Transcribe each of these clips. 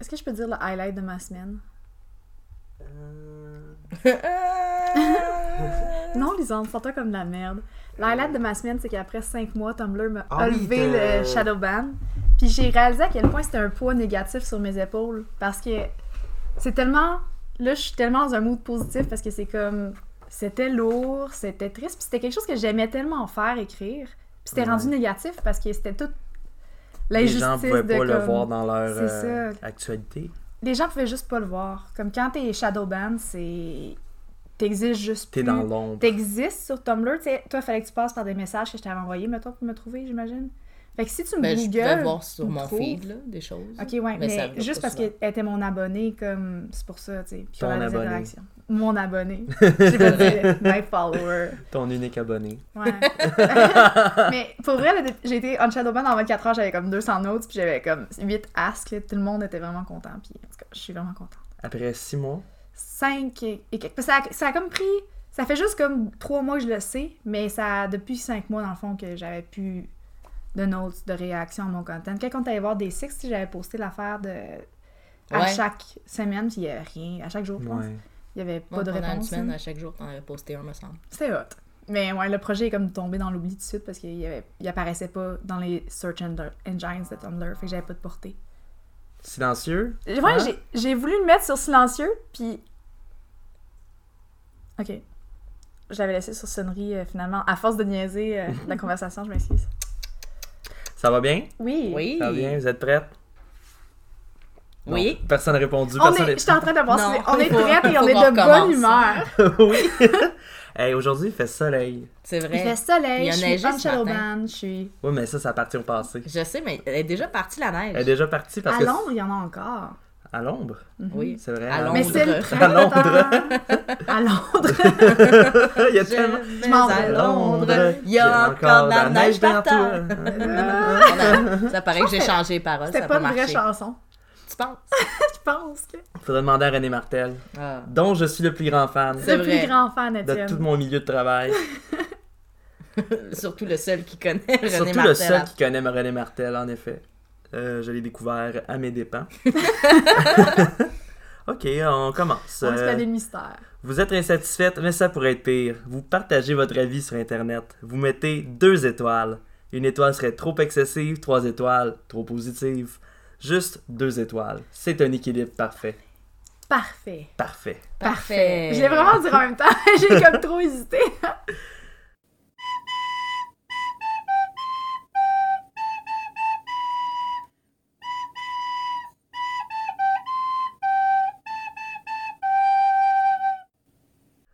Est-ce que je peux dire le highlight de ma semaine? Euh, Non, Lisande, sors-toi comme de la merde. Le highlight de ma semaine, c'est qu'après 5 mois, Tumblr m'a Ah oui, levé t'as- le shadow ban. Puis j'ai réalisé à quel point c'était un poids négatif sur mes épaules. Parce que c'est tellement. Là, je suis tellement dans un mood positif parce que c'est comme. C'était lourd, c'était triste. Puis c'était quelque chose que j'aimais tellement faire, écrire. Puis c'était Ouais. rendu négatif parce que c'était tout. les L'injustice gens pouvaient de pas le comme- voir dans leur C'est euh, ça. actualité. les gens pouvaient juste pas le voir. Comme quand t'es shadowban, c'est. T'existes juste Mm. T'es plus. dans l'ombre. T'existes sur Tumblr. tu sais, toi, fallait que tu passes par des messages que je t'avais envoyés, mettons, pour me trouver, j'imagine. Fait que si tu me Ben, je googles. pouvais voir sur tu mon trouves. feed, là, des choses. Ok, ouais, mais, Mais ça arrive juste pas parce souvent. qu'elle était mon abonné, comme. C'est pour ça, tu sais. Puis Ton on a des abonné. interactions. Mon abonné. J'ai pas dit my follower. Ton unique abonné. Ouais. mais pour vrai, le- j'ai été on Shadowban en 24 heures, j'avais comme 200 notes, puis j'avais comme 8 asks, là, tout le monde était vraiment content, puis en tout cas, je suis vraiment contente. Après six mois, 5 et, et quelques. parce que Ça, a- ça a comme pris. Ça fait juste comme 3 mois que je le sais, mais ça a depuis 5 mois dans le fond que j'avais plus de notes, de réactions à mon content. Quand on allait voir des six, tu sais, j'avais posté l'affaire de. À Ouais. chaque semaine, puis il n'y avait rien. À chaque jour, je pense. ouais. Il n'y avait Moi, pas de pendant une réponse. semaine, hein. à chaque jour, t'en avais posté un, me semble. C'était hot. Mais ouais, le projet est comme tombé dans l'oubli tout de suite parce qu'il y avait- il apparaissait pas dans les search endo- engines de Tumblr, fait que j'avais pas de portée. Silencieux? Ouais, Hein? j'ai- j'ai voulu le mettre sur silencieux, puis. Ok. Je l'avais laissé sur sonnerie, euh, finalement. À force de niaiser euh, la conversation, je m'excuse. Ça va bien? Oui. Oui. Ça va bien? Vous êtes prêtes? Non, Oui. Oh, Personne n'a répondu. On est, personne n'est- j'étais en train de voir Non, si on est faut- prête et faut on est qu'on de bonne recommence. humeur. oui. Hey, aujourd'hui, il fait soleil. C'est Il fait vrai. soleil, Il a je suis neigé en ce shadowban, je suis. Oui, mais ça, ça appartient au passé. Je sais, mais elle est déjà partie, la neige. Elle est déjà partie parce À que. Londres, il y en a encore. À l'ombre. Oui. C'est vrai. À Londres. Mais c'est le Londres. printemps. À Londres. il y a Je tellement. vais m'en vais à à Londres, il y a encore de la neige par terre. Ça paraît que j'ai changé les paroles, ça C'était a pas pas une vraie marché. chanson. Tu penses? Je pense que. Faudrait demander à René Martel, Ah. dont je suis le plus grand fan C'est C'est le vrai. plus grand fan, Étienne. de tout mon milieu de travail. Surtout le seul qui connaît René Surtout Martel. le seul qui connaît René Martel, en effet. Euh, je l'ai découvert à mes dépens. ok, on commence. On se Euh, fait des mystères. Vous êtes insatisfaite, mais ça pourrait être pire. Vous partagez votre avis sur Internet. Vous mettez deux étoiles. Une étoile serait trop excessive, trois étoiles, trop positive. Juste deux étoiles. C'est un équilibre parfait. Parfait. Parfait. Parfait. Je l'ai vraiment dit en même temps. J'ai comme trop hésité.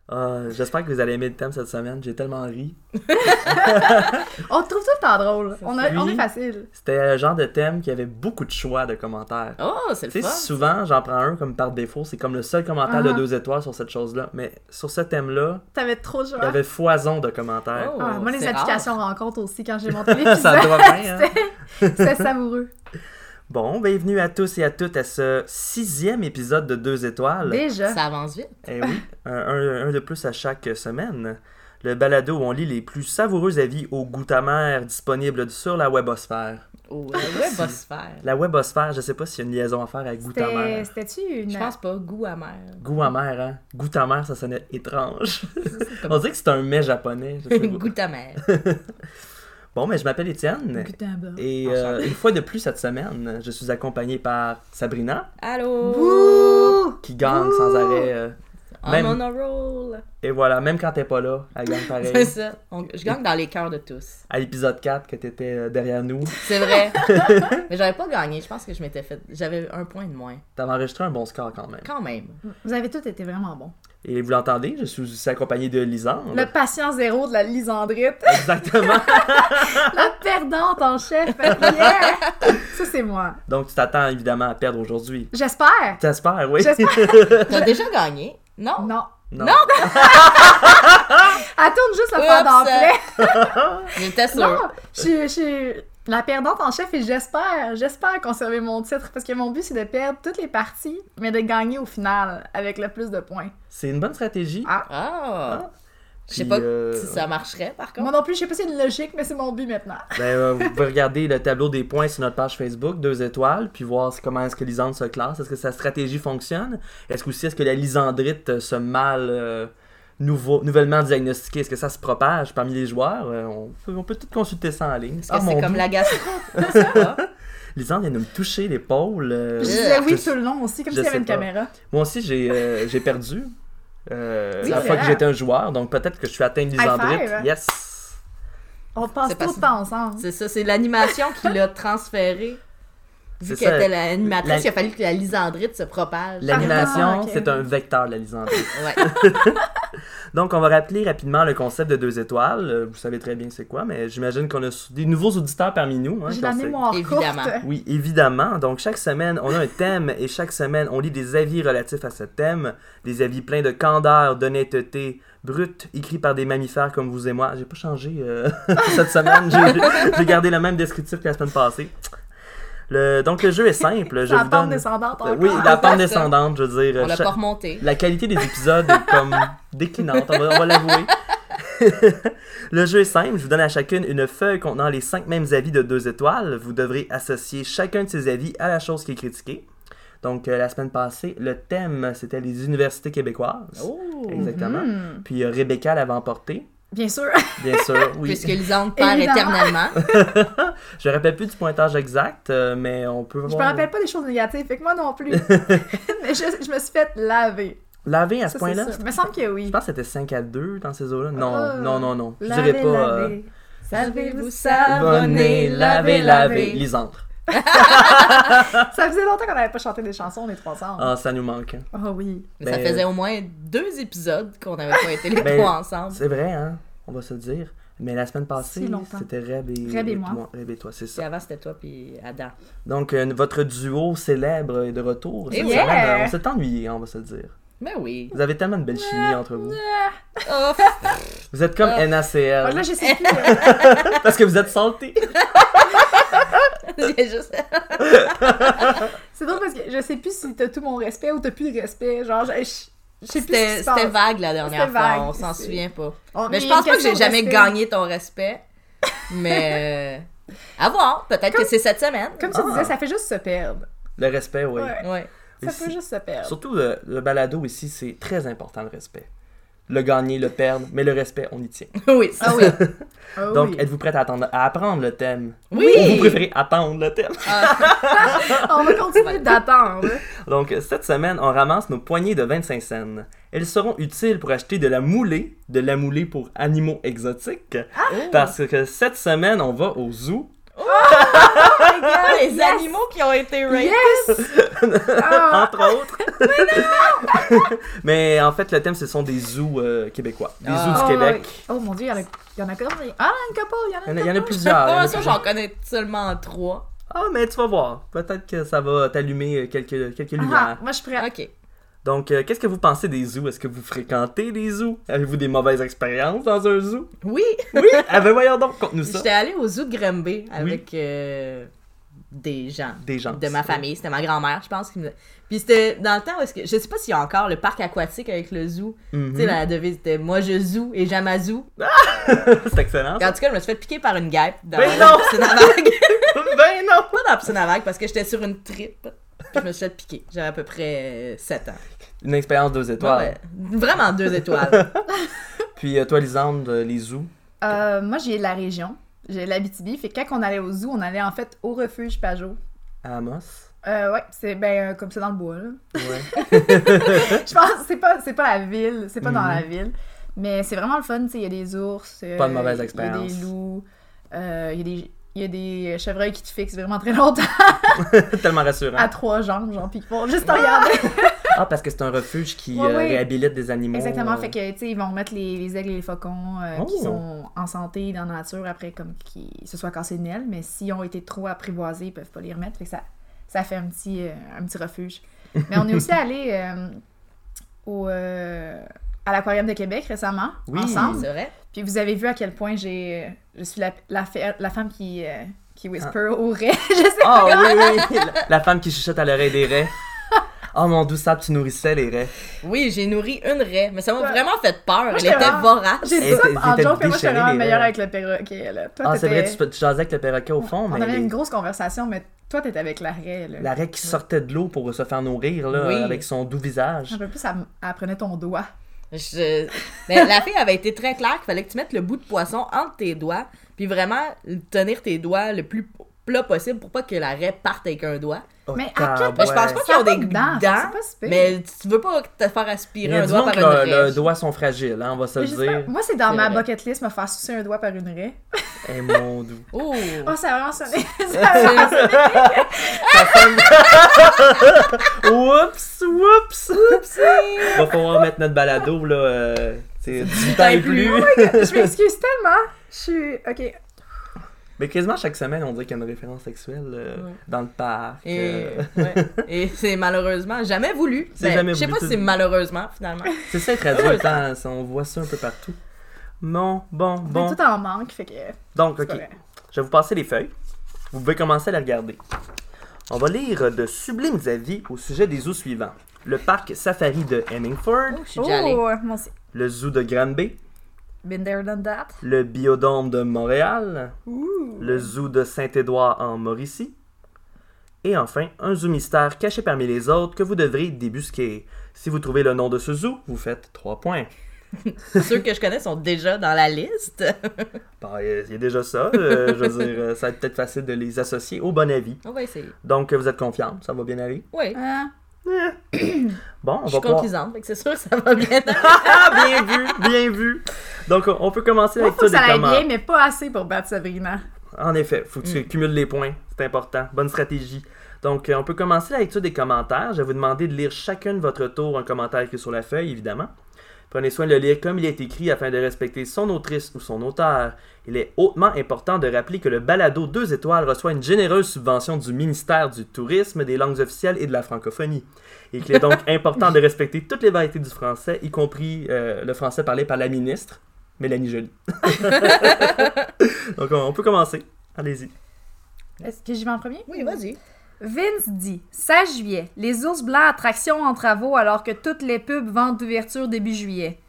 Ah, J'espère que vous allez aimer le thème cette semaine. J'ai tellement ri. On te trouve tout le temps drôle. On, a- Oui. on est facile. C'était le genre de thème qui avait beaucoup de choix de commentaires. Oh, c'est le Tu sais, fun. souvent, j'en prends un comme par défaut. C'est comme le seul commentaire de Ah. deux étoiles sur cette chose-là. Mais sur ce thème-là, T'avais trop de il choix. y avait foison de commentaires. Oh, Ah, moi, les c'est rare. applications rencontres aussi, quand j'ai monté ça l'épisode, doit bien, hein? Oh. c'était savoureux. Bon, bienvenue à tous et à toutes à ce sixième épisode de Deux Étoiles. Déjà. Ça avance vite. Eh oui, un, un- un de plus à chaque semaine. Le balado où on lit les plus savoureux avis au goût amer disponibles sur la webosphère. Oh, elle ouais, va se faire. La webosphère, je sais pas s'il y a une liaison à faire avec goût C'était- amer. C'était-tu une. Je pense pas, goût amer. Goût amer, hein? Goût amer, ça sonnait étrange. on dirait que c'est un mets japonais. je sais pas. goût amer. Bon, mais je m'appelle Étienne. Putain, bah. Et euh, une fois de plus cette semaine, je suis accompagné par Sabrina, Allô? Oh. Bouh! qui gagne sans arrêt. euh, I'm Même- on a roll. Et voilà, même quand t'es pas là, elle gagne pareil. C'est ça. On- je gagne dans les cœurs de tous. À l'épisode 4, que t'étais euh, derrière nous, C'est vrai. Mais j'avais pas gagné. Je pense que je m'étais fait. J'avais un point de moins. t'avais enregistré un bon score quand même. Quand même. Vous avez tous été vraiment bons. Et vous l'entendez, je suis aussi accompagné de Lisande. Le patient zéro de la Lisandrite. Exactement. la perdante en chef. Yeah! Ça, c'est moi. Donc tu t'attends évidemment à perdre aujourd'hui. J'espère. T'espères, oui. J'espère. T'as déjà gagné? Non? Non. Non. Elle tourne juste la Oups! part d'emploi. J'étais Non, sûre. je suis- je suis la perdante en chef et j'espère, j'espère conserver mon titre parce que mon but c'est de perdre toutes les parties, mais de gagner au final avec le plus de points. C'est une bonne stratégie. Ah. Ah! Je sais euh, pas si ça marcherait, par contre. Moi non plus, je sais pas si c'est une logique, mais c'est mon but maintenant. Ben, euh, vous pouvez regarder le tableau des points sur notre page Facebook, deux étoiles, puis voir c- comment est-ce que Lisandre se classe. Est-ce que sa stratégie fonctionne? Est-ce que aussi, est-ce que la Lisandrite, euh, ce mal euh, nouveau, nouvellement diagnostiqué, est-ce que ça se propage parmi les joueurs? Euh, on, peut, on peut tout consulter ça en ligne. Est-ce Ah, que c'est mon comme Dieu. la gastro? Je sais pas. Lisandre vient de me toucher l'épaule. euh, Je disais oui je- tout le long aussi, comme je s'il y avait sais une pas. caméra. Moi aussi, j'ai euh, j'ai perdu. Euh, Oui, la c'est fois que vrai. j'étais un joueur, donc peut-être que je suis atteint de Lisandrite. five. Yes! On passe C'est trop parce- de temps ensemble. C'est ça, c'est l'animation qui l'a transféré. Vu C'est qu'elle ça. était l'animatrice, La- il a fallu que la lisandrite se propage. Ah, L'animation, Ah, ok. c'est un vecteur de la Lisandrite. Ouais. Donc, on va rappeler rapidement le concept de deux étoiles. Euh, Vous savez très bien c'est quoi, mais j'imagine qu'on a sou- des nouveaux auditeurs parmi nous. hein, J'ai qu'on la sait. mémoire Évidemment. courte. Oui, évidemment. Donc, chaque semaine, on a un thème et chaque semaine, on lit des avis relatifs à ce thème. Des avis pleins de candeur, d'honnêteté, brut, écrits par des mammifères comme vous et moi. J'ai pas changé euh, cette semaine. J'ai- J'ai gardé le même descriptif que la semaine passée. Le- donc, le jeu est simple. je Ça vous pente donne... descendante Euh, encore. Oui, la pente Ça. descendante, je veux dire. On l'a Cha- pas remonté. la qualité des épisodes est comme déclinante, on va, on va l'avouer. le jeu est simple, je vous donne à chacune une feuille contenant les cinq mêmes avis de deux étoiles. Vous devrez associer chacun de ces avis à la chose qui est critiquée. Donc, euh, la semaine passée, le thème, c'était les universités québécoises. Oh. Exactement. Hmm. Puis euh, Rebecca l'avait emporté, Bien sûr. bien sûr. Oui. Puisque Lisandre perd Évidemment. éternellement. Je ne rappelle plus du pointage exact, euh, mais on peut Je me voir- rappelle pas des choses négatives, fait que moi non plus. Mais je, je me suis fait laver. Laver à Ça, ce c'est point-là, sûr. Il me semble que oui. je pense que c'était 5 à 2 dans ces eaux-là. Non, Ah. non, non, non. Je Laver, dirais pas... euh, laver. Savez-vous ça? Savonner, laver, laver. Lisandre. Ça faisait longtemps qu'on n'avait pas chanté des chansons, les trois ensemble. Ah, ça nous manque. Oh oui. Mais ça Ben, faisait au moins deux épisodes qu'on n'avait pas été les Ben, trois ensemble. C'est vrai, hein? On va se le dire. Mais la semaine passée, Si longtemps. c'était Reb et, Reb et moi. Reb et toi, c'est Puis ça. avant, c'était toi puis Adam. Donc, euh, votre duo célèbre est de retour. Et Cette yeah! semaine, euh, on s'est ennuyé, hein, on va se le dire. Mais Ben oui. Vous avez tellement de belle chimie entre vous. Oh, Vous êtes comme Ah, NACL. Là, je sais plus. euh, Parce que vous êtes saltés. j'ai juste... C'est drôle parce que je sais plus si t'as tout mon respect ou t'as plus de respect. Genre, je, je- je sais plus ce qui C'était se passe. c'était vague la dernière C'était fois, vague, on s'en c'est- souvient pas. On- Mais je il y a pense une pas que j'ai question de jamais respect. gagné ton respect. Mais euh, à voir, peut-être que c'est cette semaine. Comme tu Ah. disais, ça fait juste se perdre. Le respect, oui. Ouais. Ouais. Ça Ici. peut juste se perdre. Surtout le, le balado ici, c'est très important le respect. Le gagner, le perdre, mais le respect, on y tient. oui, c'est Ah oui. ça. Ah Donc, oui. êtes-vous prête à, attendre- à apprendre le thème Oui. Ou vous préférez attendre le thème Ah, on va continuer d'attendre. Donc, cette semaine, on ramasse nos poignées de 25 cents. Elles seront utiles pour acheter de la moulée, de la moulée pour animaux exotiques, Ah! parce que cette semaine, on va au zoo. regarde, les Yes. animaux qui ont été rapés. Yes! Ah, Entre autres. Mais en fait, le thème, ce sont des zoos euh, québécois. Des Ah. zoos oh, du Québec. oui. Oh mon dieu, il y en a, il y en a combien? Ah, une couple, il y en a Il y en une a- il y en a couple. plusieurs. il y en a Ah, ça, plusieurs. j'en connais seulement trois. Ah, mais tu vas voir. Peut-être que ça va t'allumer euh, quelques, quelques Ah, lumières. moi je suis prête. Ok. Donc, euh, qu'est-ce que vous pensez des zoos? Est-ce que vous fréquentez des zoos? Avez-vous des mauvaises expériences dans un zoo? Oui, Oui! ah ben voyons donc, conte-nous ça. j'étais allée au zoo de Grimby avec euh, des gens. Des gens. de ma famille. C'était ma grand-mère, je pense. qui me- Puis c'était dans le temps où est-ce que. Je sais pas s'il y a encore le parc aquatique avec le zoo. Mhm. Tu sais, la devise était Moi je zoo et jamais zoo. C'est excellent. Puis en tout cas, je me suis fait piquer par une guêpe dans Ben la non! piscine à vagues. ben non! pas dans la piscine à vagues parce que j'étais sur une tripe. Puis je me suis fait piquer. J'avais à peu près 7 ans. Une expérience deux étoiles. Ouais, Vraiment deux étoiles. Puis euh, toi, Lisande, euh, les zoos. Euh, moi j'ai la région, j'ai l'Abitibi. Fait que quand on allait au zoo, on allait en fait au refuge Pajot. À Amos. Euh, ouais, c'est ben euh, comme ça dans le bois là. Ouais. Je pense que c'est pas c'est pas la ville, c'est pas dans Mhm. la ville, mais c'est vraiment le fun, tu sais, il y a des ours, euh, Pas de mauvaise Il y a expérience. des loups, euh, il y a des il y a des chevreuils qui te fixent vraiment très longtemps Tellement rassurant. à trois jambes, genre, puis ils vont juste te regarder. Ah, parce que c'est un refuge qui Ouais, euh, ouais. réhabilite des animaux. Exactement, euh, fait que, tu sais, ils vont mettre les, les aigles et les faucons euh, Oh. qui sont en santé dans la nature après, comme qu'ils se soient cassés une aile, mais s'ils ont été trop apprivoisés, ils peuvent pas les remettre, fait que ça, ça fait un petit, euh, un petit refuge. Mais on est aussi allé euh, au, euh, à l'Aquarium de Québec récemment, Oui. ensemble. C'est vrai. Puis vous avez vu à quel point j'ai euh, je suis la, la, fe- la femme qui, euh, qui whisper au ré. je sais Ah oui, oui! La, la femme qui chuchote à l'oreille des raies. Oh mon doux sable, tu nourrissais les raies. Oui, j'ai nourri une raie, mais ça m'a Ouais. vraiment fait peur. Moi, Elle j'étais était vraiment- vorace. J'ai dit ça Ils étaient- en ils joke, mais étaient moi, j'étais déchaînés, vraiment les meilleure raies. avec le perroquet, là. Toi, Ah, c'est vrai, t'étais- tu, tu jasais avec le perroquet au fond, On mais avait les- une grosse conversation, mais toi, t'étais avec la raie, là. la raie qui sortait de l'eau pour se faire nourrir, là, Oui. avec son doux Un visage. peu plus, elle, m- elle prenait ton doigt. Je- Mais la fille avait été très claire qu'il fallait que tu mettes le bout de poisson entre tes doigts, puis vraiment tenir tes doigts le plus plat possible pour pas que la raie parte avec un doigt. Oh, Mais à quel- Ben, je pense tabarouette. pas qu'ils ont Ça a pas des de dents, dents, ça, c'est pas si pire. mais tu veux pas te faire Il aspirer y a un du doigts monde par que une leurs raie. leurs doigts sont fragiles, hein, on va se Mais le je sais pas, dire. moi, c'est dans C'est ma vrai. bucket list, me faire sucer un doigt par une raie. Eh mon doux. Oh. Oh, ça a vraiment sonné. ça a vraiment sonné. Oups, oups, oups. Va falloir mettre notre balado là. Euh, c'est 18 ans et plus. Je m'excuse tellement. Je suis. Ok. Mais quasiment chaque semaine, on dirait qu'il y a une référence sexuelle euh, Ouais. dans le parc. Et, euh. ouais. Et c'est malheureusement jamais voulu. C'est Ben, jamais Je sais voulu, pas tout- si c'est malheureusement finalement. C'est ça être adulte, hein, ça, on voit ça un peu partout. Bon, bon, Bon. bon. tout en manque, fait que. euh, c'est Donc, pas ok, vrai. je vais vous passer les feuilles. Vous pouvez commencer à les regarder. On va lire de sublimes avis au sujet des zoos suivants. Le parc safari de Hemingford, Oh, je suis déjà allée. Oh, moi aussi. le zoo de Granby, Been there, done that. le biodôme de Montréal, Ouh. le zoo de Saint-Édouard en Mauricie, et enfin un zoo mystère caché parmi les autres que vous devrez débusquer. Si vous trouvez le nom de ce zoo, vous faites 3 points. Ceux que je connais sont déjà dans la liste. Bah, euh, Il y a déjà ça, euh, je veux dire, euh, ça va être peut-être facile de les associer au bon avis. On va essayer. Donc euh, vous êtes confiante, ça va bien aller. Oui. Hein? Eh. Bon, on va Je suis pouvoir... conquisante, fait que c'est sûr que ça va bien. Ah, bien vu, bien vu. Donc on on peut commencer Moi, avec faut que toi des ça aille bien, commentaires. mais pas assez pour battre Sabrina. En effet, faut que tu cumules les points, c'est important. Bonne stratégie. Donc, euh, on peut commencer la lecture des commentaires. Je vais vous demander de lire chacun de votre tour un commentaire écrit sur la feuille, évidemment. Prenez soin de le lire comme il est écrit afin de respecter son autrice ou son auteur. Il est hautement important de rappeler que le balado 2 étoiles reçoit une généreuse subvention du ministère du Tourisme, des langues officielles et de la francophonie. Et qu'il est donc important de respecter toutes les variétés du français, y compris euh, le français parlé par la ministre, Mélanie Joly. donc, on- on peut commencer. Allez-y. Est-ce que j'y vais en premier? Oui, vas-y. Vince dit 16 juillet, les ours blancs à traction en travaux alors que toutes les pubs vendent d'ouverture début juillet.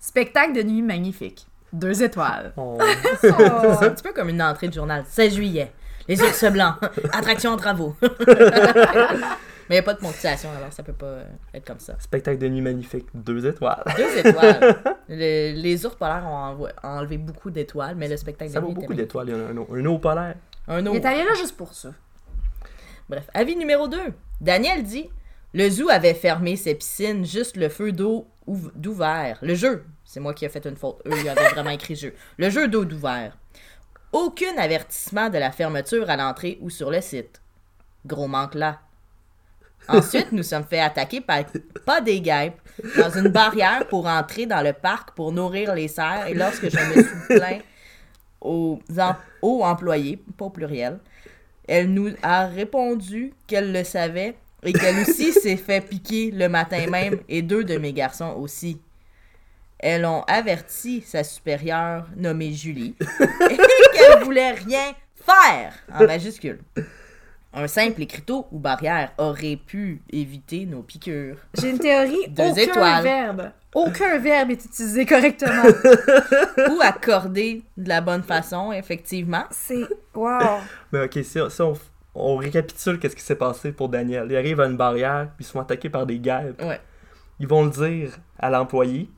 Spectacle de nuit magnifique. Deux étoiles. On- Oh. C'est un petit peu comme une entrée de journal. 16 juillet. Les ours blancs. Attraction en travaux. Mais il n'y a pas de ponctuation, alors ça peut pas euh, être comme ça. Spectacle de nuit magnifique, deux étoiles. Deux étoiles. Le- les ours polaires ont envo- enlevé beaucoup d'étoiles, mais le spectacle Ça de vaut nuit était beaucoup magnifique. d'étoiles, il y en a un, eau- un eau polaire. Un Il est autre. allé là juste pour ça. Bref, avis numéro 2. Daniel dit Le zoo avait fermé ses piscines, juste le feu d'eau ouv- d'ouvert. Le jeu, c'est moi qui ai fait une faute. Eux, ils avaient vraiment écrit jeu. Le jeu d'eau d'ouvert. Aucun avertissement de la fermeture à l'entrée ou sur le site. Gros manque là. Ensuite, nous sommes fait attaquer par pas des guêpes dans une barrière pour entrer dans le parc pour nourrir les cerfs. Et lorsque je me suis plaint aux, em- aux employés, pas au pluriel, elle nous a répondu qu'elle le savait et qu'elle aussi s'est fait piquer le matin même et deux de mes garçons aussi. Elles ont averti sa supérieure nommée Julie et qu'elle voulait rien faire en majuscule. Un simple écriteau ou barrière aurait pu éviter nos piqûres. J'ai une théorie. Deux aucun étoiles. verbe. Aucun verbe est utilisé correctement. ou accorder de la bonne façon, effectivement. C'est. Wow. Mais ok, si, si on, on récapitule qu'est-ce qui s'est passé pour Daniel. Ils arrivent à une barrière, puis ils se font attaquer par des guêpes. Ouais. Ils vont le dire à l'employé.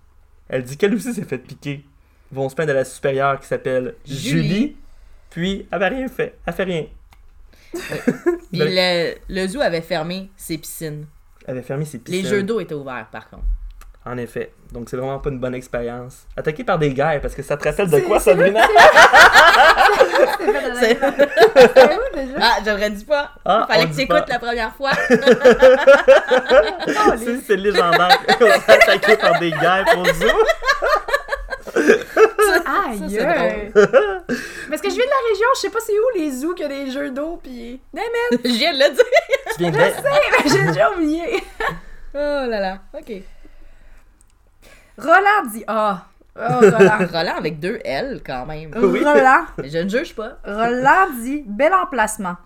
Elle dit qu'elle aussi s'est fait piquer. Ils vont se plaindre à la supérieure qui s'appelle Julie. Julie. Puis elle avait rien fait. Elle fait rien. Puis Ben- le, le zoo avait fermé ses piscines. Elle avait fermé ses piscines. Les jeux d'eau étaient ouverts, par contre. En effet. Donc c'est vraiment pas une bonne expérience. Attaqué par des guêpes, parce que ça te rappelle de C'est- quoi, c'est Sabrina? C'est fait dans la C'est- même- C'est où déjà? Ah, j'aurais dit pas. Ah, Fallait Hein? on que dit tu pas. écoutes la première fois. Oh, les- C'est c'est légendaire. On s'est attaqué par des guêpes au zoo. Aïe! Ça, c'est aïe. Parce que je viens de la région, je sais pas c'est où les zoos qui a des jeux d'eau, pis. Non, mais Je viens de le dire. Tu viens de- j'ai déjà oublié! Oh là là. OK. Roland dit Ah! Oh, Roland! Roland avec deux L quand même. Oui. Roland! Mais Je ne juge pas. Roland dit Bel emplacement.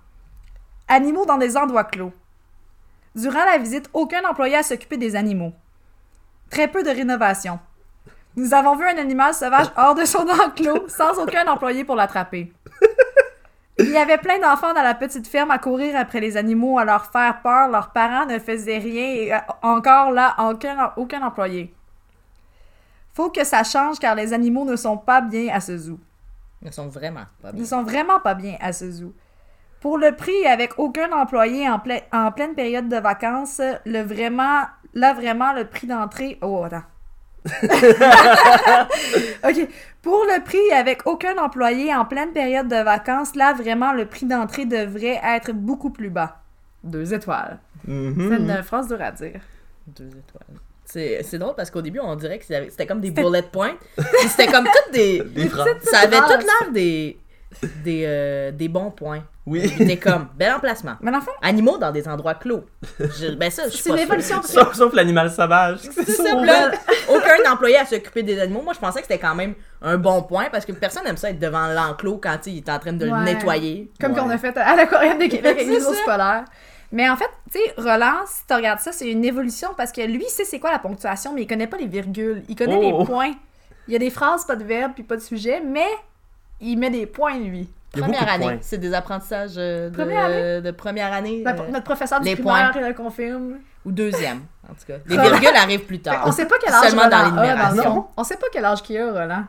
Animaux dans des endroits clos. Durant la visite, aucun employé à s'occuper des animaux. Très peu de rénovation. Nous avons vu un animal sauvage hors de son enclos, sans aucun employé pour l'attraper. Il y avait plein d'enfants dans la petite ferme à courir après les animaux, à leur faire peur. Leurs parents ne faisaient rien et euh, encore là, aucun, aucun employé. Faut que ça change car les animaux ne sont pas bien à ce zoo. Ils sont vraiment pas bien. Ils sont vraiment pas bien à ce zoo. Pour le prix et avec aucun employé en, plein- en pleine période de vacances, le vraiment, là vraiment, le prix d'entrée. Oh, attends. OK. Pour le prix et avec aucun employé en pleine période de vacances, là vraiment, le prix d'entrée devrait être beaucoup plus bas. Deux étoiles. Mhm. C'est une phrase dure à dire. Deux étoiles. C'est c'est drôle parce qu'au début, on dirait que c'était c'était comme des bullet points. Puis C'était comme toutes des. Des phrases. Ça avait phrases. tout l'air des. Des, euh, des bons points. Oui. C'était comme bel emplacement. Mais dans le fond, Animaux dans des endroits clos. Je- ben ça, je suis c'est pas une sûre. évolution. parce que- sauf sauf l'animal sauvage. C'est ça, puis là, aucun employé à s'occuper des animaux. Moi, je pensais que c'était quand même un bon point parce que personne n'aime ça être devant l'enclos quand tu sais, il est en train de Ouais. le nettoyer. Comme Ouais. qu'on a fait à l'aquarium de Québec avec C'est les ours ça. polaires. Mais en fait, tu sais, Roland, si tu regardes ça, c'est une évolution parce que lui, il sait c'est quoi la ponctuation, mais il connaît pas les virgules. Il connaît Oh. les points. Il y a des phrases, pas de verbe, puis pas de sujet, mais il met des points, lui. Il y a beaucoup Première de année, points. c'est des apprentissages euh, de Première année? de première année La- euh, notre professeur du les primaire, il le confirme. ou deuxième, en tout cas. Les Roland- virgules arrivent plus Fait tard. qu'on sait pas quel âge Ah, Seulement Roland dans a, dans le l'énumération. fond. On sait pas quel âge qu'il a, Roland.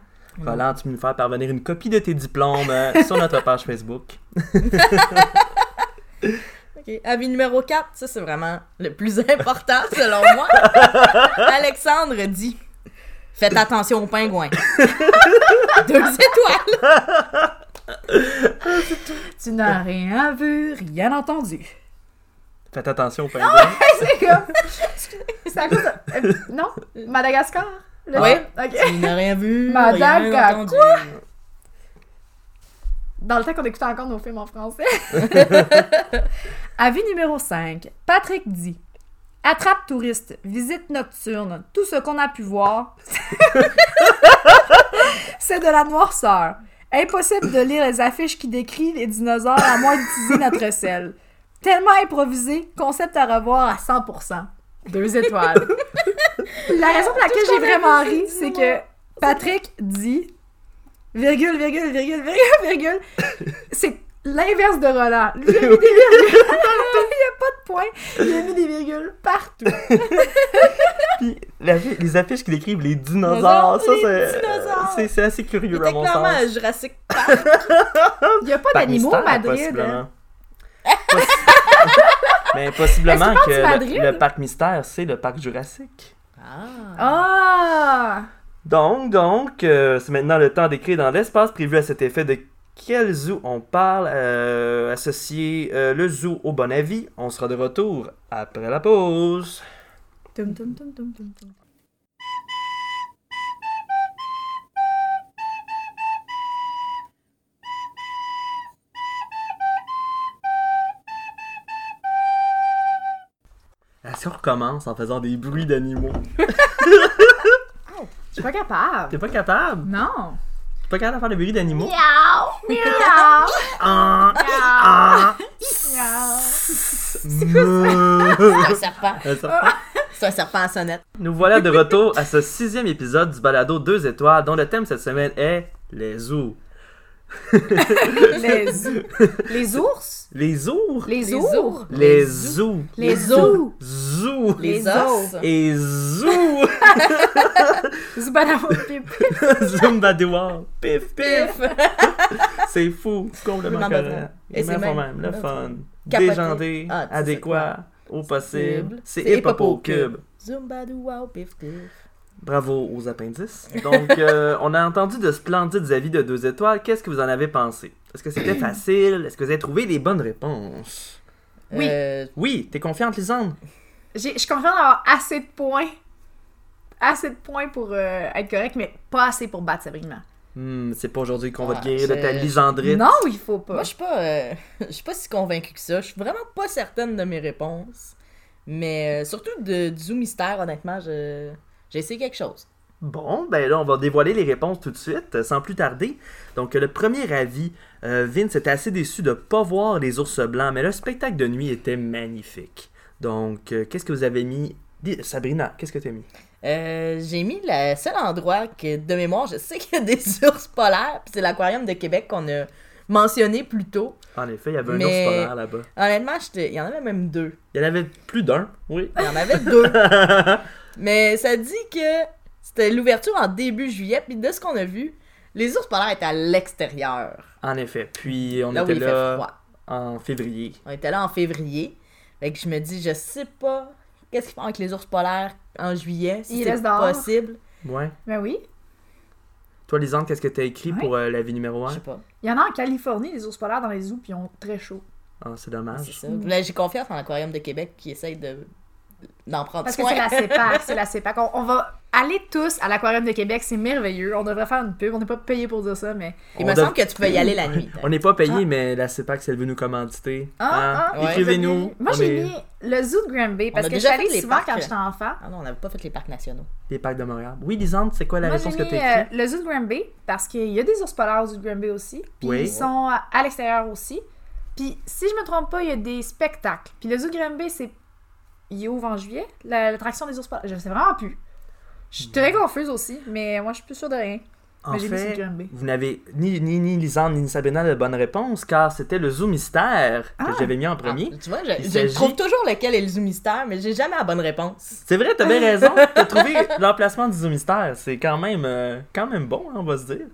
Roland, tu peux nous faire parvenir une copie de tes diplômes euh, sur notre page Facebook. Ok. Avis numéro 4, ça c'est vraiment le plus important selon moi. Alexandre dit Faites attention aux pingouins. Deux étoiles. Tu n'as rien vu, rien entendu. Faites attention aux pingouins. c'est comme... C'est à cause de- euh, Non? Madagascar? Le- Oui. Ok. Il n'a rien vu. Madame rien Gacou. entendu. Dans le temps qu'on écoutait encore nos films en français. Avis numéro 5. Patrick dit Attrape touriste, visite nocturne, tout ce qu'on a pu voir, c'est de la noirceur. Impossible de lire les affiches qui décrivent les dinosaures à moins d'utiliser notre sel. Tellement improvisé, concept à revoir à 100%. Deux étoiles. La raison pour laquelle Tout ce j'ai qu'on a vraiment vu, ri, c'est c'est du que Patrick dit virgule, virgule, virgule, virgule, virgule. C'est l'inverse de Roland. Lui, il a mis des virgules partout. Il n'y a pas de point. Il a mis des virgules partout. Puis la- les affiches qui décrivent les dinosaures, ça Les c'est- dinosaures. c'est c'est assez Il curieux à était mon clairement sens. à Jurassic Il n'y a pas Par d'animaux à mystère, Madrid. hein. possiblement. Possi- Mais possiblement Est-ce que que tu parles du le, Madrid? le parc mystère, c'est le parc jurassique. Ah. Ah! Donc, donc, euh, c'est maintenant le temps d'écrire dans l'espace prévu à cet effet de quel zoo on parle. euh, associer euh, le zoo au bon avis. On sera de retour après la pause. Tum, tum, tum, tum, tum, tum. Est-ce qu'on recommence en faisant des bruits d'animaux? Je suis pas capable. T'es pas capable? Non. T'es pas capable de faire des bruits d'animaux? Miaou! Miaou! Ah, Miaou! ah, Miaou! meuh. C'est un serpent. Ah! C'est un serpent à sonnette. Nous voilà de retour à ce sixième épisode du balado 2 étoiles dont le thème cette semaine est les zoos. Les... les ours? Les ours? Les ours. ours? Les zoos. Les zoos. zoos! Zoos. Les Les os. Et zoos. Zubanamo pip. Zumbadouar. Pif, pif. Pif. C'est fou. Complètement Complètement correct. bon. Et c'est même, même le le fun. Capoté. Déjanté. Ah, tu sais adéquat. Au possible. Cible. C'est C'est hip hop au cube. Zumba doo wow pif pif. Bravo aux appendices. Donc, euh, on a entendu de splendides avis de deux étoiles. Qu'est-ce que vous en avez pensé? Est-ce que c'était facile? Est-ce que vous avez trouvé les bonnes réponses? Oui. Euh, Oui, t'es confiante, Lisande? J'ai- Je suis contente d'avoir assez de points. Assez de points pour euh, être correct, mais pas assez pour battre Sabrina. Hmm, c'est pas aujourd'hui qu'on va te Ouais, guérir de ta je- lisandrite. Non, il faut pas. Moi, je suis pas, euh, je suis pas si convaincue que ça. Je suis vraiment pas certaine de mes réponses. Mais euh, surtout de, du zoo mystère, honnêtement, je- j'ai essayé quelque chose. Bon, ben là, on va dévoiler les réponses tout de suite, euh, sans plus tarder. Donc, euh, le premier avis, euh, Vince était assez déçu de pas voir les ours blancs, mais le spectacle de nuit était magnifique. Donc, euh, qu'est-ce que vous avez mis Dis- Sabrina, qu'est-ce que tu as mis Euh, j'ai mis le seul endroit que, de mémoire, je sais qu'il y a des ours polaires, puis c'est l'aquarium de Québec qu'on a mentionné plus tôt. En effet, il y avait un Mais- ours polaire là-bas. Honnêtement, j'étais- il y en avait même deux. Il y en avait plus d'un, oui. Il y en avait deux. Mais ça dit que c'était l'ouverture en début juillet, puis de ce qu'on a vu, les ours polaires étaient à l'extérieur. En effet. Puis, on Là où était il fait là froid. en février. On était là en février. Fait que je me dis, je sais pas qu'est-ce qu'ils font avec les ours polaires en juillet, si Ils c'est restent dehors. possible. Ouais. Ben oui. Toi, Lisande, qu'est-ce que tu as écrit Ouais. pour euh, la vie numéro Je 1 sais pas. Il y en a en Californie, les ours polaires dans les zoos, puis ils ont très chaud. Ah, C'est C'est dommage. ça. Là, j'ai confiance en l'Aquarium de Québec qui essaye de d'en prendre Parce que soin. c'est la CEPAC, c'est la CEPAC. On, on va aller tous à l'Aquarium de Québec, c'est merveilleux. On devrait faire une pub, on n'est pas payé pour dire ça, mais... Il On me dev- semble que tu peux y aller la nuit. Ah. On n'est pas payé, mais la CEPAC, si elle veut nous commanditer. Ah, hein, ah, Écrivez-nous. Moi, on j'ai est- mis le zoo de Granby, parce a que déjà j'allais fait les souvent parcs. quand j'étais enfant. Ah non, on n'avait pas fait les parcs nationaux. Les parcs de Montréal. Oui, Lisande, c'est quoi la Moi, j'ai réponse que tu mis, as écrite euh, le zoo de Granby, parce qu'il y a des ours polaires au zoo de Granby aussi. Puis Oui. ils sont à, à l'extérieur aussi. Puis si je me trompe pas, il y a des spectacles. Puis le zoo de Granby, c'est. Il ouvre en juillet, la- l'attraction des ours polaires. Je sais vraiment plus. Je suis très confuse aussi, mais moi, je suis plus sûre de rien. En euh, mais j'ai mis le zoo de fait, Granby. vous n'avez ni, ni, ni Lisande ni Sabrina de bonne réponse, car c'était le zoo mystère que Ah. j'avais mis en premier. Ah, tu vois, je, Il je s'agit- trouve toujours lequel est le zoo mystère, mais j'ai jamais la bonne réponse. C'est vrai, t'as bien raison. T'as trouvé l'emplacement du zoo mystère. C'est quand même, euh, quand même bon, hein, on va se dire.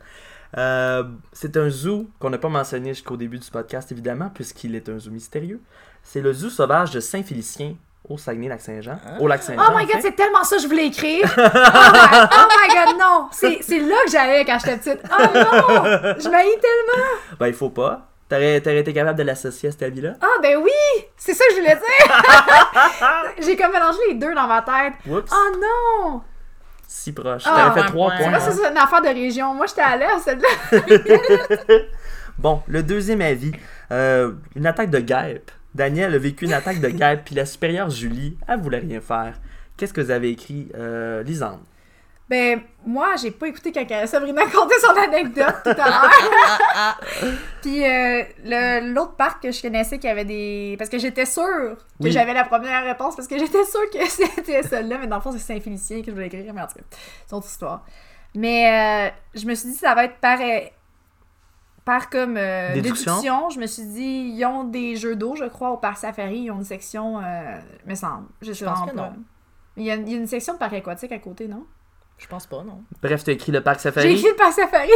Euh, c'est un zoo qu'on n'a pas mentionné jusqu'au début du podcast, évidemment, puisqu'il est un zoo mystérieux. C'est le zoo sauvage de Saint-Félicien, au Saguenay-Lac-Saint-Jean. Au Lac-Saint-Jean. Oh en my fait. god, c'est tellement ça que je voulais écrire! Oh my, oh my god, non! C'est c'est là que j'allais quand j'étais petite. Oh non! Je m'haïs tellement! Ben, il faut pas. T'aurais t'aurais été capable de l'associer à cette avis-là. Ah ben oui! C'est ça que je voulais dire! J'ai comme mélangé les deux dans ma tête. Oups, Oh non! si proche. Ah, T'aurais fait ouais, trois ouais. C'est points. pas ça, hein. c'est une affaire de région. Moi, j'étais à l'air, celle-là. Bon, le deuxième avis, euh, une attaque de guêpe. Daniel a vécu une attaque de guêpe, puis la supérieure Julie, elle voulait rien faire. Qu'est-ce que vous avez écrit, euh, Lisande? Ben, moi, j'ai pas écouté quand Sabrina contait son anecdote tout à l'heure. Ah, ah, Puis euh, le- l'autre parc que je connaissais qui avait des. Parce que j'étais sûre que Oui. j'avais la première réponse, parce que j'étais sûre que c'était celle-là, mais dans le fond, c'est Saint-Félicien que je voulais écrire, mais en tout cas, c'est une autre histoire. Mais euh, je me suis dit, ça va être par. euh, Par comme euh, Déduction. déduction, je me suis dit, ils ont des jeux d'eau, je crois, au parc Safari, ils ont une section, euh, me semble. Je, suis pense vraiment que pas- non. Il y, a, il y a une section de parc aquatique à côté, non? je pense pas, non. Bref, t'as écrit le parc J'ai safari. écrit le parc Safari.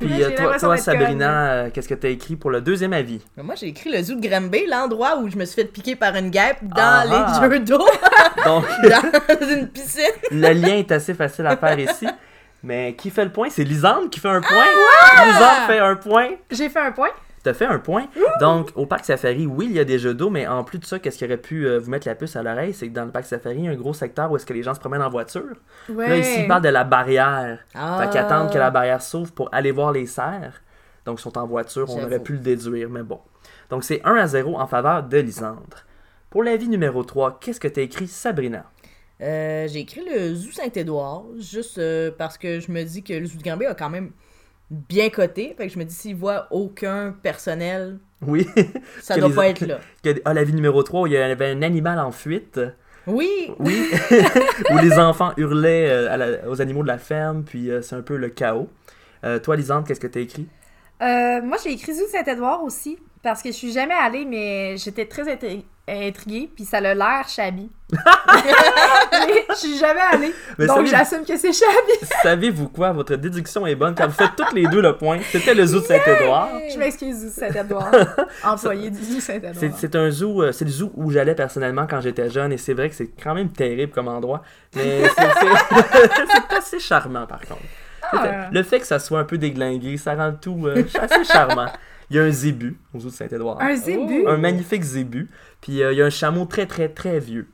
Puis J'ai euh, toi, l'impression toi, d'être conne. Sabrina, euh, qu'est-ce que t'as écrit pour le deuxième avis? Mais moi, j'ai écrit le zoo de Granby, l'endroit où je me suis fait piquer par une guêpe dans Ah, ah. les jeux d'eau, Donc, dans une piscine. le lien est assez facile à faire ici. Mais qui fait le point? C'est Lisande qui fait un point. Ah! Lisande fait un point. J'ai fait un point. T'as fait un point. Donc, au parc safari, oui, il y a des jeux d'eau, mais en plus de ça, qu'est-ce qui aurait pu euh, vous mettre la puce à l'oreille, c'est que dans le parc safari, il y a un gros secteur où est-ce que les gens se promènent en voiture. Ouais. Là, ici, ils parlent de la barrière. Ah. Fait qu'attendre que la barrière s'ouvre pour aller voir les cerfs. Donc, ils sont en voiture, on J'avoue. aurait pu le déduire, mais bon. Donc, c'est 1 à 0 en faveur de Lisandre. Pour l'avis numéro 3, qu'est-ce que t'as écrit, Sabrina? Euh, j'ai écrit le zoo Saint-Édouard, juste euh, parce que je me dis que le zoo de Granby a quand même bien coté. Fait que je me dis, s'il voit aucun personnel, Oui. ça Que doit les- pas être là. Que- Ah, l'avis numéro 3, où il y avait un animal en fuite. Oui! Oui, où les enfants hurlaient euh, à la- aux animaux de la ferme, puis euh, c'est un peu le chaos. Euh, toi, Lisande, qu'est-ce que t'as écrit? Euh, moi, j'ai écrit Zoo de Saint-Édouard aussi, parce que je suis jamais allée, mais j'étais très intri- intriguée, puis ça a l'air shabby. mais je suis jamais allée, Mais donc savez- j'assume que c'est shabby. Savez-vous quoi? Votre déduction est bonne, car vous faites toutes les deux le point. C'était le zoo de Saint-Édouard. Je m'excuse, Zoo de Saint-Édouard, employé du Zoo de C'est Saint-Édouard. c'est un zoo, euh, c'est le zoo où j'allais personnellement quand j'étais jeune, et c'est vrai que c'est quand même terrible comme endroit, mais c'est- c'est c'est assez charmant par contre. Ah. Le fait que ça soit un peu déglingué, ça rend le tout euh, assez charmant. Il y a un zébu au zoo de Saint-Édouard. Un zébu? Oh. un magnifique zébu. Puis euh, il y a un chameau très très très vieux.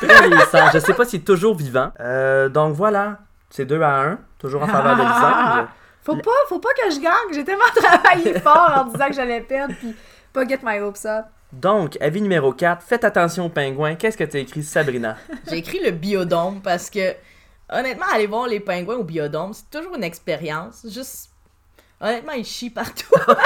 Très vieillissant. Je sais pas s'il est toujours vivant. Euh, donc voilà, c'est 2 à 1, toujours en faveur de Lisandre. Faut pas, faut pas que je gagne, j'ai tellement travaillé fort en disant que j'allais perdre, puis pas get my hopes up. Donc, avis numéro 4, faites attention aux pingouins. Qu'est-ce que t'as écrit, Sabrina? J'ai écrit le biodôme parce que, honnêtement, aller voir les pingouins au biodôme, c'est toujours une expérience. Juste, honnêtement, ils chient partout.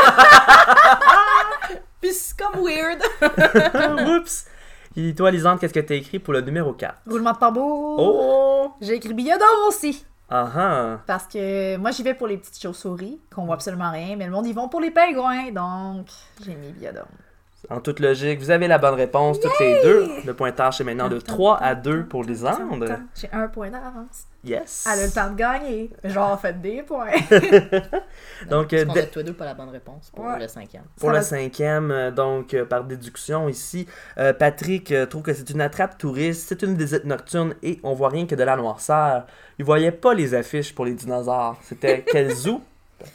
Puis c'est comme weird. Oups! Puis toi, Lisande, qu'est-ce que t'as écrit pour le numéro 4? Roulement de tambour. Oh! J'ai écrit Billodon aussi. Ah ah! Parce que moi, j'y vais pour les petites chauves-souris, qu'on voit absolument rien, mais le monde, ils vont pour les pingouins. Donc, j'ai mis Biodome. En toute logique, vous avez la bonne réponse, toutes les deux. Ah, Le pointage est maintenant de 3 à 2 pour Lisandre. J'ai un point d'avance. Yes! Elle a le temps de gagner. Genre, faites des points. Donc, Parce euh, qu'on de- a tous les deux pas la bonne réponse pour Ouais. le cinquième. Pour Ça le va- cinquième, euh, donc euh, par déduction ici, euh, Patrick euh, trouve que c'est une attrape touriste, c'est une visite nocturne et on voit rien que de la noirceur. Il voyait pas les affiches pour les dinosaures. C'était quel zoo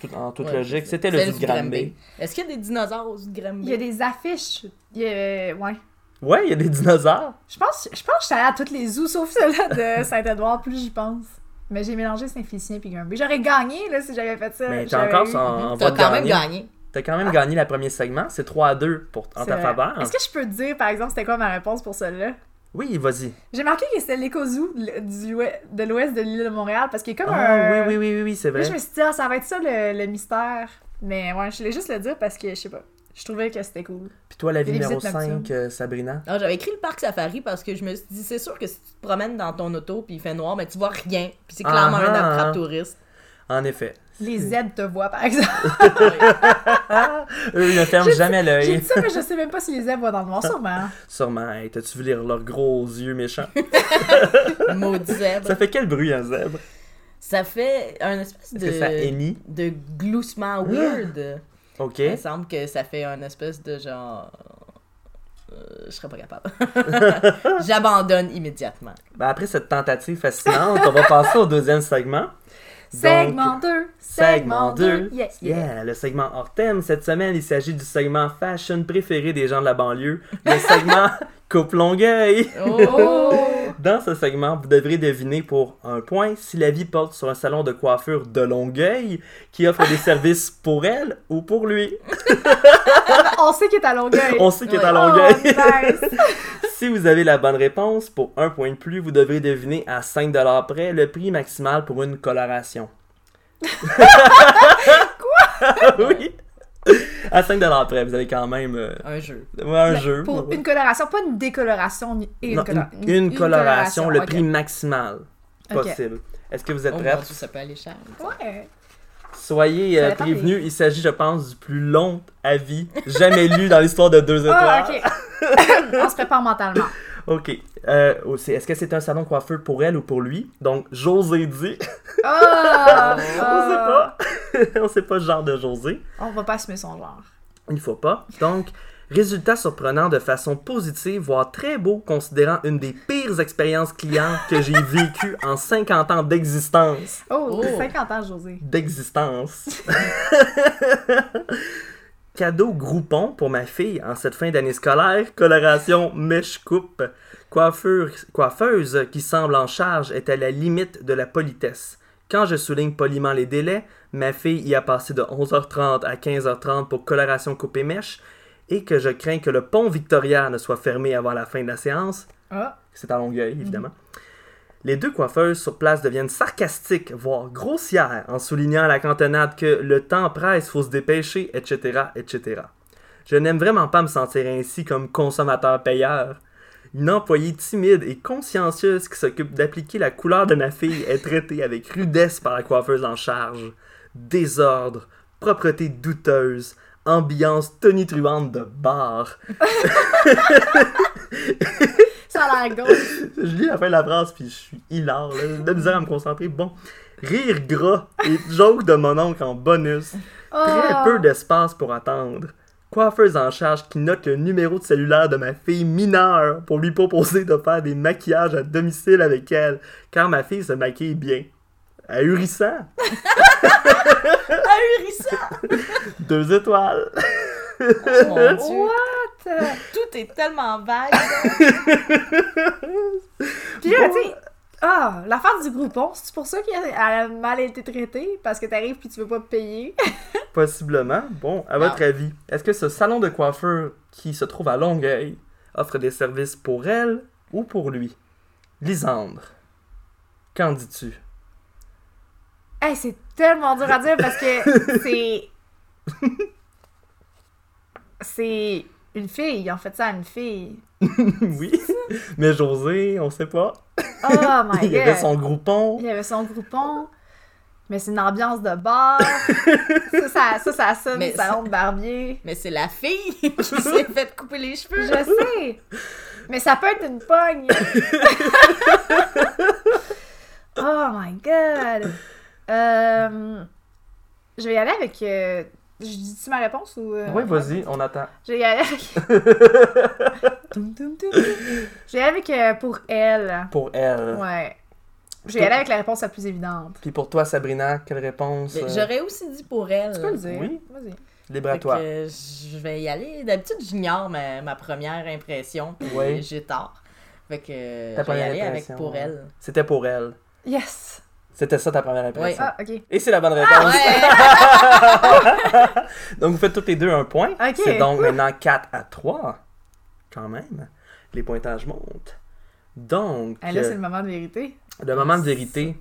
Tout- En toute Ouais, logique, c'est- c'était le c'est zoo de Granby. Est-ce qu'il y a des dinosaures au zoo de Granby? Il y a des affiches. Il y a- euh, Ouais. Ouais, il y a des dinosaures. Je pense, je pense que je suis allée à toutes les zoos, sauf celle-là de Saint-Édouard, plus j'y pense. Mais j'ai mélangé Saint-Félicien puis Granby. J'aurais gagné, là, si j'avais fait ça. Mais t'es J'aurais encore Euh, eu- en, en voie T'as de quand même gagner. gagné. T'as quand même gagné le premier segment. C'est 3 à 2 pour, en C'est ta vrai. faveur. Est-ce que je peux te dire, par exemple, c'était quoi ma réponse pour celle-là? Oui, vas-y. J'ai marqué que c'était l'éco-zoo de du ouest- de l'ouest de l'île de Montréal, parce qu'il y a comme Ah, oui, un... oui, oui, oui, oui, c'est Là, vrai. euh, je me suis dit, ah, ça va être ça, le, le mystère. Mais ouais, je voulais juste le dire parce que, je sais pas, je trouvais que c'était cool. Puis toi, la vie Les numéro visites nocturnes. 5, euh, Sabrina. Alors, j'avais écrit le parc safari parce que je me suis dit, c'est sûr que si tu te promènes dans ton auto puis il fait noir, mais tu vois rien. Puis c'est clairement Ah, un ah, attrape ah. touriste. En effet. Les Hmm. Z te voient, par exemple. Eux, ils ne ferment J'ai- jamais J'ai l'œil. dit ça, mais je sais même pas si les Z voient dans le noir, sûrement. Sûrement, hey, t'as-tu vu lire leurs gros yeux méchants? Maudit zèbre. Ça fait quel bruit un zèbre? Ça fait un espèce Est-ce que ça de, hennit? de gloussement weird. Ok. Il me semble que ça fait un espèce de genre. euh, je serais pas capable. J'abandonne immédiatement. Ben, après cette tentative fascinante, on va passer au deuxième segment. segment 2, segment 2, yes, yes. Yeah, le segment hors thème. Cette semaine, il s'agit du segment fashion préféré des gens de la banlieue, le segment Coupe Longueuil. Oh! Dans ce segment, vous devrez deviner pour un point si la vie porte sur un salon de coiffure de Longueuil qui offre des services pour elle ou pour lui. Ah, On sait qu'il est à Longueuil. On sait qu'il est à Ouais. Longueuil. Oh, nice. Si vous avez la bonne réponse, pour un point de plus, vous devrez deviner à 5 près le prix maximal pour une coloration. Quoi? oui. À 5 près, vous avez quand même euh, Un jeu. un jeu. Pour Ouais. une coloration, pas une décoloration, ni- et une, Non, colo- une- une coloration, le ok. prix maximal Ok. possible. Est-ce que vous êtes Oh prêts? mon Dieu, ça peut aller cher. Ouais. Soyez Ça euh, dépend des- prévenus, il s'agit, je pense, du plus long avis jamais lu dans l'histoire de deux étoiles. Ah, ok. On se prépare mentalement. Ok. Euh, aussi, Est-ce que c'est un salon coiffeur pour elle ou pour lui? Donc, José dit. Ah! On sait Ah! pas. on sait pas le genre de José. On va pas assumer son genre. Il faut pas. Donc, résultat surprenant de façon positive, voire très beau, considérant une des pires expériences clients que j'ai vécues en 50 ans d'existence. Oh, Oh. 50 ans, José. D'existence. Cadeau groupon pour ma fille en cette fin d'année scolaire, coloration mèche coupe. Coiffure, coiffeuse qui semble en charge est à la limite de la politesse. Quand je souligne poliment les délais, ma fille y a passé de 11h30 à 15h30 pour coloration coupe et mèche et que je crains que le pont Victoria ne soit fermé avant la fin de la séance. Ah. C'est à Longueuil, évidemment. Les deux coiffeuses sur place deviennent sarcastiques, voire grossières, en soulignant à la cantonade que le temps presse, faut se dépêcher, etc., etc. Je n'aime vraiment pas me sentir ainsi comme consommateur-payeur. Une employée timide et consciencieuse qui s'occupe d'appliquer la couleur de ma fille est traitée avec rudesse par la coiffeuse en charge. Désordre, propreté douteuse, ambiance tonitruante de bar. Ça a l'air gauche. Je lis la fin de la phrase puis je suis hilar, là. J'ai de la misère à me concentrer. Bon, rire gras et joke de mon oncle en bonus. Ah. Très peu d'espace pour attendre. Coiffeuse en charge qui note le numéro de cellulaire de ma fille mineure pour lui proposer de faire des maquillages à domicile avec elle, car ma fille se maquille bien. Ahurissant! Ahurissant! Deux étoiles! Oh mon Dieu. Ah, What? Tout est tellement vague. Puis là, tu sais, ah, l'affaire du groupon, c'est pour ça qu'elle a mal été traitée, parce que t'arrives puis tu veux pas payer. Possiblement. Bon, à votre avis, est-ce que ce salon de coiffeur qui se trouve à Longueuil offre des services pour elle ou pour lui? Lisandre, qu'en dis-tu? hey, c'est tellement dur à dire parce que c'est. c'est. Une fille, ils ont fait ça à une fille. oui. Mais José, on sait pas. Oh my god! Il y avait son groupon. Il y avait son groupon. Mais c'est une ambiance de bar. ça, ça, ça, ça sonne Mais du salon de barbier. Mais c'est la fille qui s'est fait couper les Je cheveux. sais! Mais ça peut être une pogne! oh my god! Euh, je vais y aller avec. euh, je dis-tu ma réponse ou. euh, Oui, vas-y, on attend. Je vais y aller avec. Toum, toum, toum, toum. Je vais y aller avec euh, pour elle. Pour elle. Ouais. Je vais y aller avec la réponse la plus évidente. Puis pour toi, Sabrina, quelle réponse? Mais euh, Ben, J'aurais aussi dit pour elle. Tu peux le dire. oui. Vas-y. Libre à Fait que toi. je vais y aller. D'habitude, j'ignore ma, ma première impression. puis Oui. J'ai tort. Fait que je Ta vais y première aller avec impression, pour ouais. elle. C'était pour elle. Yes! C'était ça ta première impression. Ah, ok. Et c'est la bonne réponse. Donc vous faites toutes les deux un point. Ok. C'est donc maintenant 4 à 3. Quand même. Les pointages montent. Donc, Ah, là, c'est euh, le moment de vérité. le... moment de vérité.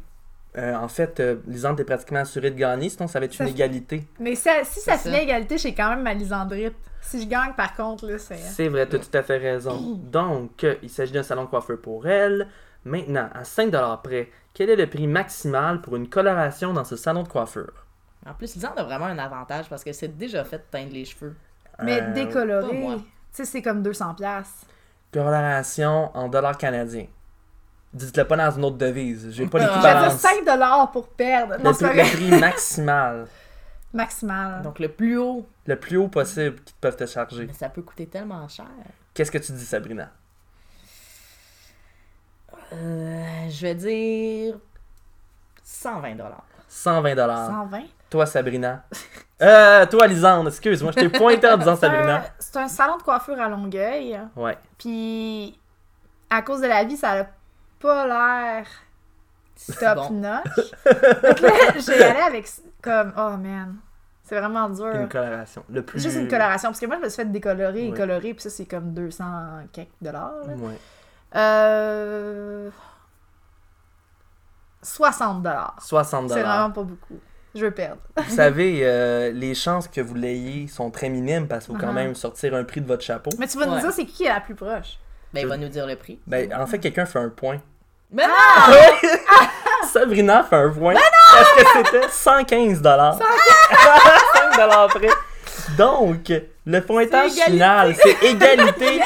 Euh, en fait, euh, Lisande est pratiquement assurée de gagner, sinon ça va être Ça une fait- égalité. Mais ça- si ça C'est finit à ça. égalité, j'ai quand même ma lisandrite. Si je gagne, par contre, là, c'est. C'est vrai, tu as tout à fait raison. Donc, euh, il s'agit d'un salon de coiffeur pour elle. Maintenant, à 5$ près, quel est le prix maximal pour une coloration dans ce salon de coiffeur? En plus, Lisande a vraiment un avantage parce que c'est déjà fait de teindre les cheveux. Mais Euh, décoloré, pas moi. tu sais, c'est comme 200$. piastres. Coloration en dollars canadiens. Dites-le pas dans une autre devise. J'ai pas J'avais l'équivalence. 5$ pour perdre. Le Non, c'est pas prix, le vrai. prix maximal. Maximal. Donc, le plus haut, Le plus haut possible qu'ils peuvent te charger. mais ça peut coûter tellement cher. Qu'est-ce que tu dis, Sabrina? Euh, je vais dire 120 dollars. 120 120. Toi, Sabrina. Euh, toi, Lisande, excuse-moi, je t'ai pointé en disant C'est un- Sabrina. Euh, C'est un salon de coiffure à Longueuil. Ouais. Puis, à cause de la vie, ça a pas l'air top notch. Donc là, j'ai allé avec comme, oh man, c'est vraiment dur. Une coloration. Le plus... Juste une coloration. Parce que moi, je me suis fait décolorer et Ouais. colorer, puis ça, c'est comme 200 quelques dollars. là. Ouais. Euh... 60 dollars. 60 C'est vraiment pas beaucoup. Je veux perdre. Vous savez, euh, les chances que vous l'ayez sont très minimes parce qu'il faut quand Mhm. même sortir un prix de votre chapeau. Mais tu vas nous Ouais. dire c'est qui est la plus proche. Ben, il va nous dire le prix. Ben, ah, en fait, quelqu'un fait un point. Mais non! Sabrina fait un point. Parce que c'était 115 dollars. 5 dollars près. Donc, le pointage C'est égalité. final, c'est égalité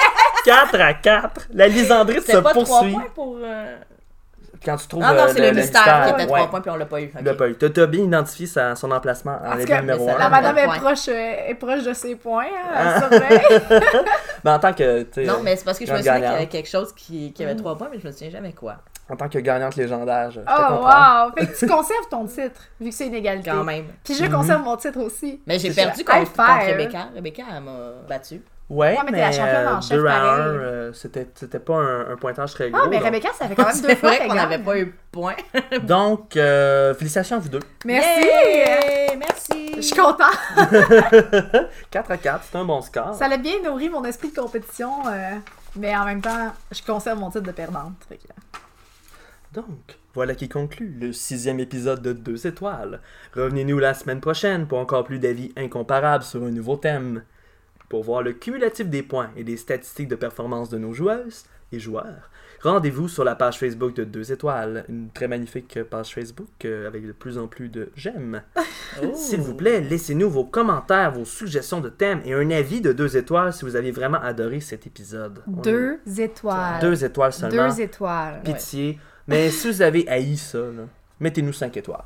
4 à 4. La lisandrite se C'était pas trois poursuit. points pour. euh, Quand tu trouves Ah non, euh, c'est le, mystère qui était ouais. trois points puis on l'a pas eu. Tu Ok. l'as pas eu. T'as- T'as bien identifié sa- son emplacement en Parce élément que- numéro mais ça- La 1. Ah, madame ouais. est Ouais. proche, euh, est proche de ses points. hein, à surveiller. Mais en tant que, tu sais, Non, mais c'est parce que je me Grande souviens qu'il y gagnante. avait quelque chose qui, qui avait trois points, mais je me souviens jamais quoi. en tant que gagnante légendaire, je je te oh comprends. wow! Fait que tu conserves ton titre, vu que c'est une égalité. Quand même. Puis je conserve mon titre aussi. Mais j'ai C'est perdu ça. High contre, five. contre Rebecca. Rebecca, elle m'a battu. Ouais, Ouais, mais t'es mais, la championne en euh, chef, deux à pareil. un, euh, c'était c'était pas un, un pointage très gros. Ah, mais donc. Rebecca, ça fait quand même deux C'est fois vrai qu'elle qu'on gagne. n'avait pas eu de points. Donc, euh, félicitations à vous deux. Merci! Yay! Je Merci! suis contente. 4 à 4, c'est un bon score. Ça l'a bien nourri mon esprit de compétition, euh, mais en même temps, je conserve mon titre de perdante. Fait que- Donc, voilà qui conclut le sixième épisode de Deux étoiles. Revenez-nous la semaine prochaine pour encore plus d'avis incomparables sur un nouveau thème. Pour voir le cumulatif des points et des statistiques de performance de nos joueuses et joueurs, rendez-vous sur la page Facebook de Deux étoiles, une très magnifique page Facebook euh, avec de plus en plus de j'aime. Oh. S'il vous plaît, laissez-nous vos commentaires, vos suggestions de thèmes et un avis de Deux étoiles si vous avez vraiment adoré cet épisode. On Deux est- étoiles. Deux étoiles seulement. Deux étoiles. Pitié. Mais si vous avez haï ça, là, mettez-nous 5 étoiles.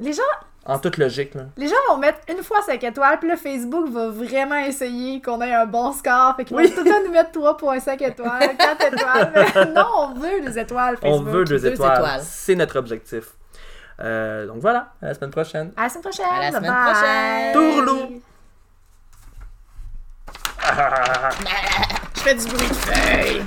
Les gens, En toute logique, là. les gens vont mettre une fois 5 étoiles, puis le Facebook va vraiment essayer qu'on ait un bon score. Fait qu'ils vont Oui. tout le temps nous mettre 3.5 étoiles, 4 étoiles. Mais non, on veut des étoiles, On Facebook. veut deux, deux étoiles. étoiles. C'est notre objectif. Euh, donc voilà, à la semaine prochaine. À la semaine prochaine. À la semaine bye. prochaine. Tourlou. Je fais du bruit de feuille.